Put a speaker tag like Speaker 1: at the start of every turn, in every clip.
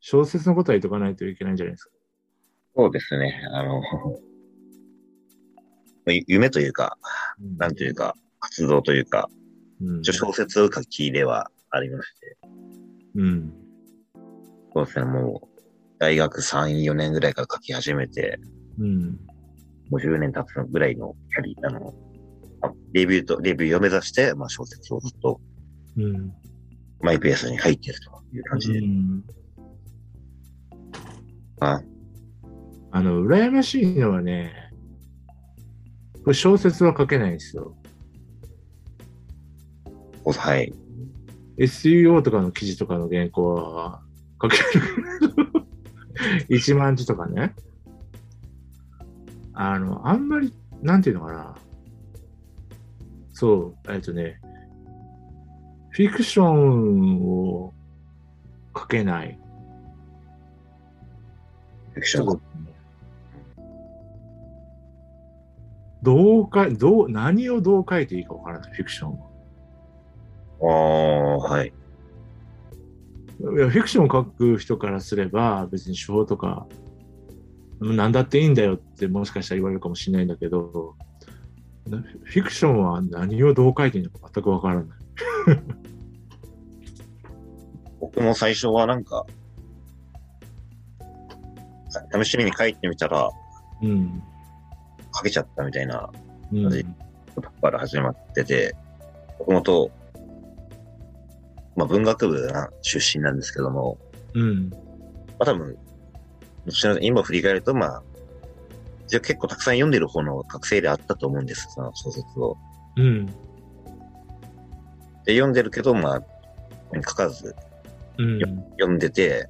Speaker 1: 小説のことは言っとかないといけないんじゃないですか。
Speaker 2: そうですね。あの、 ゆ夢というか、
Speaker 1: うん
Speaker 2: なんというか、活動というか、
Speaker 1: うん
Speaker 2: 一応小説を書きではありまして、
Speaker 1: うん。
Speaker 2: そうですね、もう、大学3、4年ぐらいから書き始めて、
Speaker 1: うん。
Speaker 2: もう10年経つぐらいのキャリあの、あレビューと、レビューを目指して、まあ小説をずっと
Speaker 1: うん。
Speaker 2: マイペースに書いてるという感じで、
Speaker 1: うん
Speaker 2: あ
Speaker 1: あの、羨ましいのはね、これ小説は書けないんですよ。
Speaker 2: おはい。
Speaker 1: SEO とかの記事とかの原稿は書ける。1万字とかね。あの、あんまり、なんていうのかな。そう、えっとね、フィクションを書けない。
Speaker 2: フィクション
Speaker 1: どうか、どう、何をどう書いていいかわからない、フィクションは。
Speaker 2: ああ、はい。
Speaker 1: いや、フィクションを書く人からすれば、別に手法とか、何だっていいんだよってもしかしたら言われるかもしれないんだけど、なフィクションは何をどう書いていいのか全くわからない。
Speaker 2: 僕も最初はなんか、試しに書いてみたら、
Speaker 1: うん。
Speaker 2: 書けちゃったみたいな
Speaker 1: うん。
Speaker 2: はいことから始まってて、もともと、まあ文学部な出身なんですけども、
Speaker 1: うん。
Speaker 2: まあ多分、後々今振り返ると、まあ、じゃあ結構たくさん読んでる方の学生であったと思うんです、その小説を。
Speaker 1: うん。
Speaker 2: で、読んでるけど、まあ、書かず、
Speaker 1: うん。
Speaker 2: 読んでて、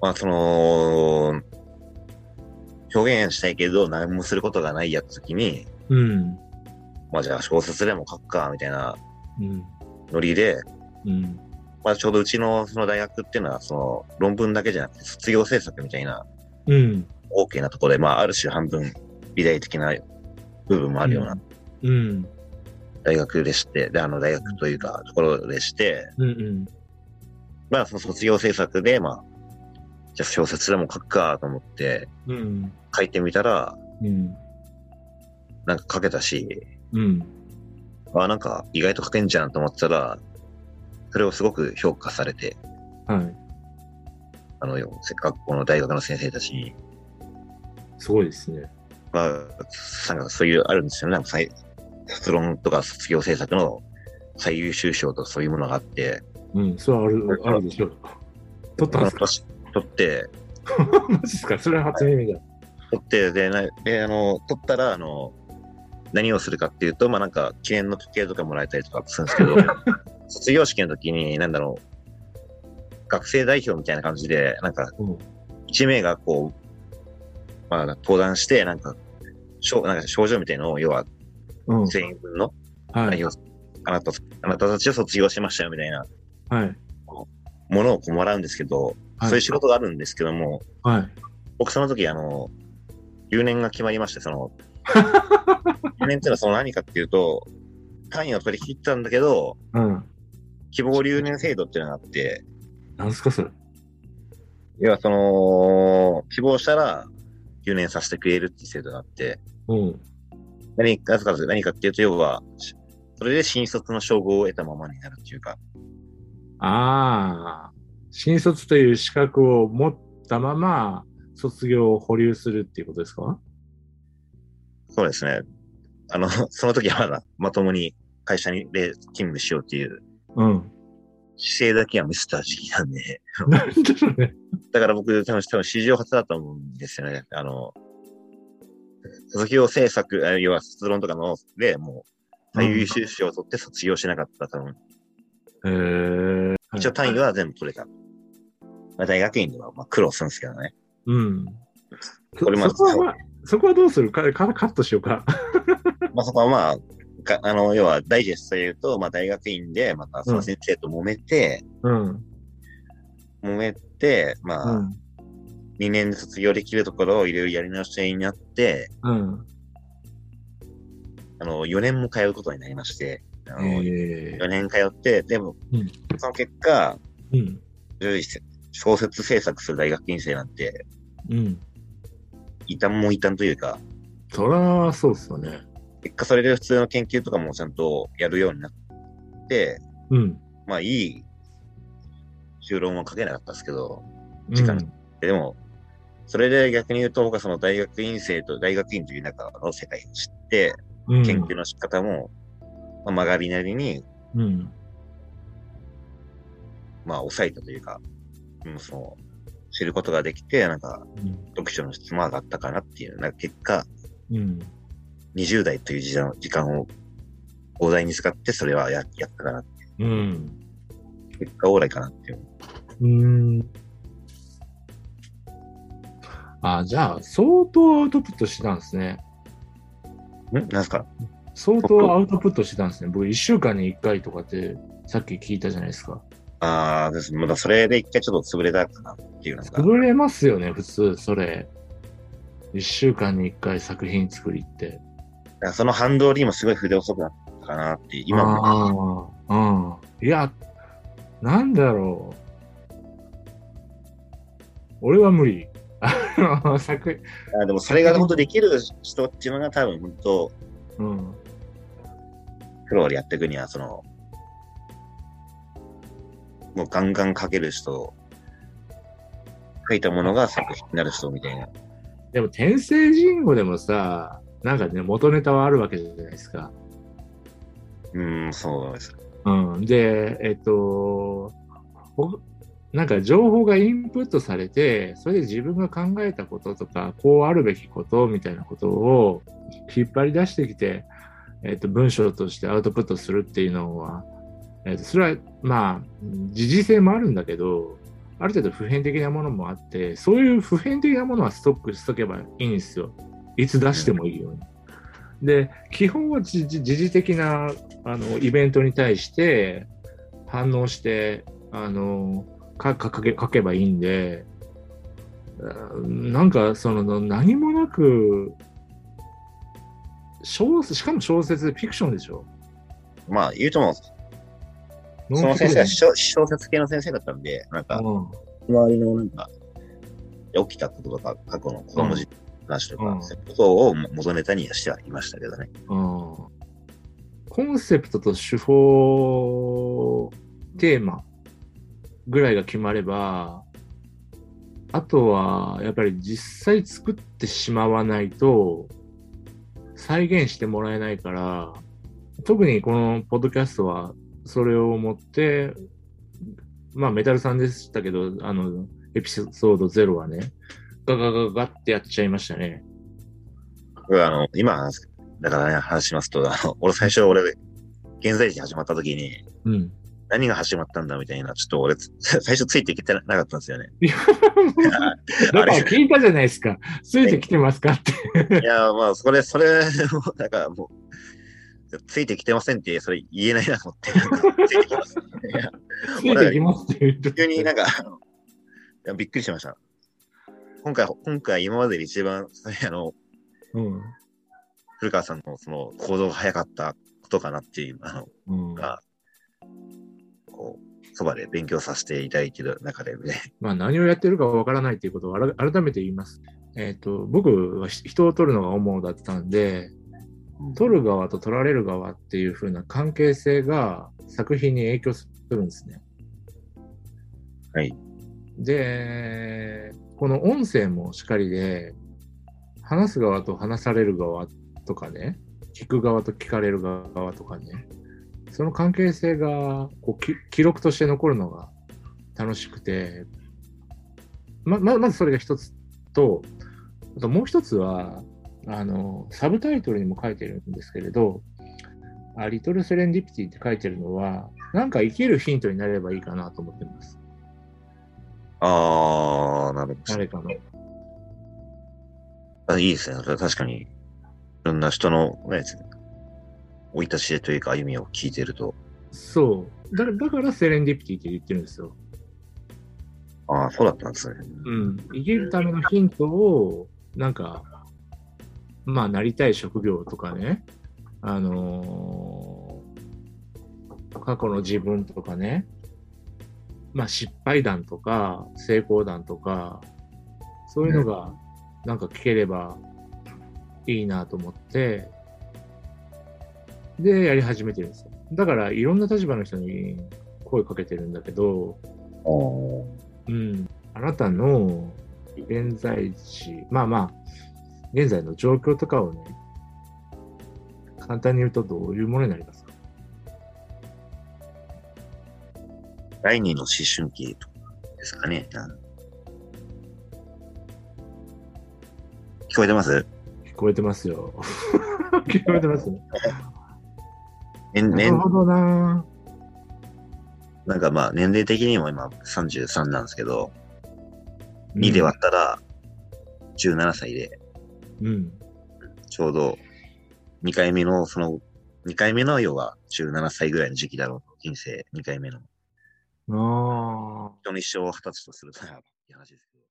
Speaker 2: まあ、その、表現したいけど、何もすることがないやった時に、
Speaker 1: うん。
Speaker 2: まあ、じゃあ小説でも書くか、みたいな
Speaker 1: うん。
Speaker 2: ノリで、
Speaker 1: うん。
Speaker 2: まあ、ちょうどうちのその大学っていうのは、その論文だけじゃなくて、卒業制作みたいな、
Speaker 1: うん。
Speaker 2: OK なところで、まあ、ある種半分、美大的な部分もあるような
Speaker 1: うん。
Speaker 2: 大学でして、で、あの、大学というか、ところでして、
Speaker 1: うん。うん。
Speaker 2: まあ、その卒業制作で、まあ、じゃあ小説でも書くかと思って、
Speaker 1: うん。
Speaker 2: 書いてみたら、
Speaker 1: うん。
Speaker 2: なんか書けたし、
Speaker 1: うん。
Speaker 2: あなんか意外と書けんじゃんと思ってたら、それをすごく評価されて、
Speaker 1: はい。
Speaker 2: あの、せっかくこの大学の先生たちに、
Speaker 1: すごいですね。
Speaker 2: まあ、なんかそういうあるんですよね。なんか最卒論とか卒業制作の最優秀賞とかそういうものがあって、
Speaker 1: うん。それはある、あるでしょう。取ったんですか
Speaker 2: 取って、
Speaker 1: マジですかそれは初耳だ。
Speaker 2: 取って、で、なであの、取ったら、あの、何をするかっていうと、まあなんか、記念の時計とかもらえたりとかする んですけど、卒業式の時に、なんだろう、学生代表みたいな感じで、なんか、
Speaker 1: うん。
Speaker 2: 一名がこう、まあ、登壇して、なんか、症なんか症状みたいなのを、要は
Speaker 1: うん。
Speaker 2: 全員分の
Speaker 1: は
Speaker 2: 代
Speaker 1: い。
Speaker 2: 表、あなた、あなたたちを卒業しましたよみたいな
Speaker 1: はい。
Speaker 2: ものをこうもらうんですけど、
Speaker 1: はい
Speaker 2: そういう仕事があるんですけども、
Speaker 1: はい。
Speaker 2: 僕その時、あの、留年が決まりまして、その、留年っていうのはその何かっていうと、単位を取り切ったんだけど、
Speaker 1: うん。
Speaker 2: 希望留年制度っていうのがあって、
Speaker 1: なんすかそれ。
Speaker 2: 要はその、希望したら留年させてくれるっていう制度があって、
Speaker 1: うん。
Speaker 2: 何か、数々何かっていうと、要は、しそれで新卒の称号を得たままになるっていうか、
Speaker 1: ああ、新卒という資格を持ったまま卒業を保留するっていうことですか
Speaker 2: そうですね。あの、 その時はまだまともに会社にで勤務しようっていう
Speaker 1: うん。
Speaker 2: 姿勢だけは見せた時期なんで、
Speaker 1: なんだろうね。
Speaker 2: だから僕多分、多分史上初だと思うんですよね。あの、卒業制作、あ要は卒論とかので、もう、最優秀賞を取って卒業しなかった、多分。
Speaker 1: へえ。
Speaker 2: 一応単位は全部取れた。まあ、大学院ではまあ苦労するんですけどね。
Speaker 1: うん。
Speaker 2: これまあ
Speaker 1: そこは、まあ、そこはどうするかかカットしようか。
Speaker 2: まあ、そこはまあ、があの、要は、ダイジェストで言うと、まあ、大学院で、また、その先生と揉めて、
Speaker 1: うん。
Speaker 2: 揉めて、ま
Speaker 1: う
Speaker 2: あ、
Speaker 1: ん。
Speaker 2: 2年で卒業できるところをいろいろやり直しになって、
Speaker 1: うん。
Speaker 2: あの、4年も通うことになりまして、あの、
Speaker 1: ええ
Speaker 2: 4年通って、でも
Speaker 1: うん、
Speaker 2: その結果、
Speaker 1: うん。
Speaker 2: る小説制作する大学院生なんて、
Speaker 1: うん。
Speaker 2: 異端も異端というか、
Speaker 1: そら、そうっすよね。
Speaker 2: 結果それで普通の研究とかもちゃんとやるようになって、
Speaker 1: うん。
Speaker 2: まあいい修論は書けなかったですけど、
Speaker 1: うん
Speaker 2: 時間でも、それで逆に言うと、僕はその大学院生と大学院という中の世界を知って、
Speaker 1: うん。
Speaker 2: 研究の仕方も、まあ、曲がりなりに、
Speaker 1: うん。
Speaker 2: まあ、抑えたというか、うん、その、知ることができて、なんか、
Speaker 1: うん
Speaker 2: 読書の質も上がったかなっていう、なんか結果、
Speaker 1: うん。
Speaker 2: 20代という時間時間を、膨大に使って、それはややったかな。
Speaker 1: うん。
Speaker 2: 結果、オーライかなっていう。
Speaker 1: うん。あ、じゃあ、相当アウトプットしてたんですね。
Speaker 2: んなんですか
Speaker 1: 相当アウトプットしてたんですね。僕、1週間に1回とかって、さっき聞いたじゃないですか。
Speaker 2: ああ、です。まだそれで一回ちょっと潰れたかなっていう、なんか、
Speaker 1: 潰れますよね、普通、それ。1週間に1回作品作りって。
Speaker 2: その反動で今すごい筆遅くなったかなって、今も
Speaker 1: も。うん。いや、なんだろう。俺は無理。あの作
Speaker 2: あでもそれが本当できる人っていうのが多分本当、
Speaker 1: 品。うん。
Speaker 2: プロでやっていくには、その、もうガンガン書ける人、書いたものが作品になる人みたいな。
Speaker 1: でも、天聖人語でもさ、なんかね、元ネタはあるわけじゃないですか。
Speaker 2: うーん、そうです。
Speaker 1: うん、で、えっと、ほなんか情報がインプットされて、それで自分が考えたこととか、こうあるべきことみたいなことを引っ張り出してきて、えっと、文章としてアウトプットするっていうのは、えっと、それはまあ、時事性もあるんだけど、ある程度普遍的なものもあって、そういう普遍的なものはストックしとけばいいんですよ。いつ出してもいいように。で、基本は時時事的なあのイベントに対して反応してあのかかかけ書けばいいんでうんなんかその何もなく小説しかも小説フィクションでしょ
Speaker 2: まあ、言うとも、そ
Speaker 1: ノン
Speaker 2: の
Speaker 1: フィク
Speaker 2: 先
Speaker 1: シ
Speaker 2: 生
Speaker 1: ョ
Speaker 2: は
Speaker 1: ン
Speaker 2: 小小説系の先生だったんで、なんか、
Speaker 1: うん
Speaker 2: 周りのなんか、起きたこととか、過去の子供時代の話とか、
Speaker 1: うん
Speaker 2: そういうことを元ネタにはしてはいましたけどね。
Speaker 1: うんコンセプトと手法、テーマぐらいが決まれば、あとはやっぱり実際作ってしまわないと再現してもらえないから、特にこのポッドキャストはそれを持って、まあメタルさんでしたけど、あの、エピソード0はね、ガガガガガってやっちゃいましたね。
Speaker 2: 僕はあの、今話す、だからね、話しますと、あの、俺最初、俺、現在地始まった時に、
Speaker 1: うん。
Speaker 2: 何が始まったんだみたいな、ちょっと俺、つ最初ついていけてなかったんですよね。
Speaker 1: だ
Speaker 2: あ
Speaker 1: から
Speaker 2: れ
Speaker 1: 聞いたじ ゃないですか。ついてきてますかって。
Speaker 2: いや、まあ、それ、それ、だからもう、ついてきてませんって、それ言えないなと思って、ついてきます。いや
Speaker 1: ついてきますって言うと。
Speaker 2: 急にな んか、あのいやびっくりしました。今回、今回、今までで一番、それあの、
Speaker 1: うん。
Speaker 2: 古川さんのその行動が早かったことかなっていう、あの、
Speaker 1: うん、
Speaker 2: あこう、そばで勉強させていただいてる中でね。
Speaker 1: まあ何をやってるかわからないということをあら改めて言います。えっ、と、僕は人を取るのが主だったんで、取る側と取られる側っていう風な関係性が作品に影響するんですね。
Speaker 2: はい。
Speaker 1: で、この音声もしかりで、話す側と話される側とかね、聞く側と聞かれる側とかね、その関係性がこうき記録として残るのが楽しくて、まままずそれが一つと、あともう一つは、あの、サブタイトルにも書いてるんですけれど、あリトルセレンディピティって書いてるのは、なんか生きるヒントになればいいかなと思ってます。
Speaker 2: あー、なるほ
Speaker 1: 誰かの。
Speaker 2: ど。あいいですね。それ確かに、いろんな人の、ね、生い立ちでというか歩みを聞いてると、
Speaker 1: そう。だからだからセレンディピティって言ってるんですよ。
Speaker 2: ああ、そうだったんですね。
Speaker 1: うん。生きるためのヒントを、なんか、まあ、なりたい職業とかね、あのー過去の自分とかね、まあ、失敗談とか成功談とかそういうのがなんか聞ければいいなと思って、でやり始めてるんですよだからいろんな立場の人に声かけてるんだけど、
Speaker 2: お
Speaker 1: うん、あなたの現在地、まあまあ、現在の状況とかをね、簡単に言うとどういうものになりますか
Speaker 2: 第二の思春期とかですかね。うん聞こえてます
Speaker 1: 聞こえてますよ。聞こえてますね。
Speaker 2: 年、
Speaker 1: な
Speaker 2: 年
Speaker 1: る、ほどな。
Speaker 2: なんかまあ年齢的にも今33なんですけど、2で割ったら17歳で、
Speaker 1: うん。
Speaker 2: ちょうど2回目の、その、2回目の要は17歳ぐらいの時期だろうと、人生2回目の。
Speaker 1: うん。ああ。
Speaker 2: 人の一生を二十歳とするならって話ですけど。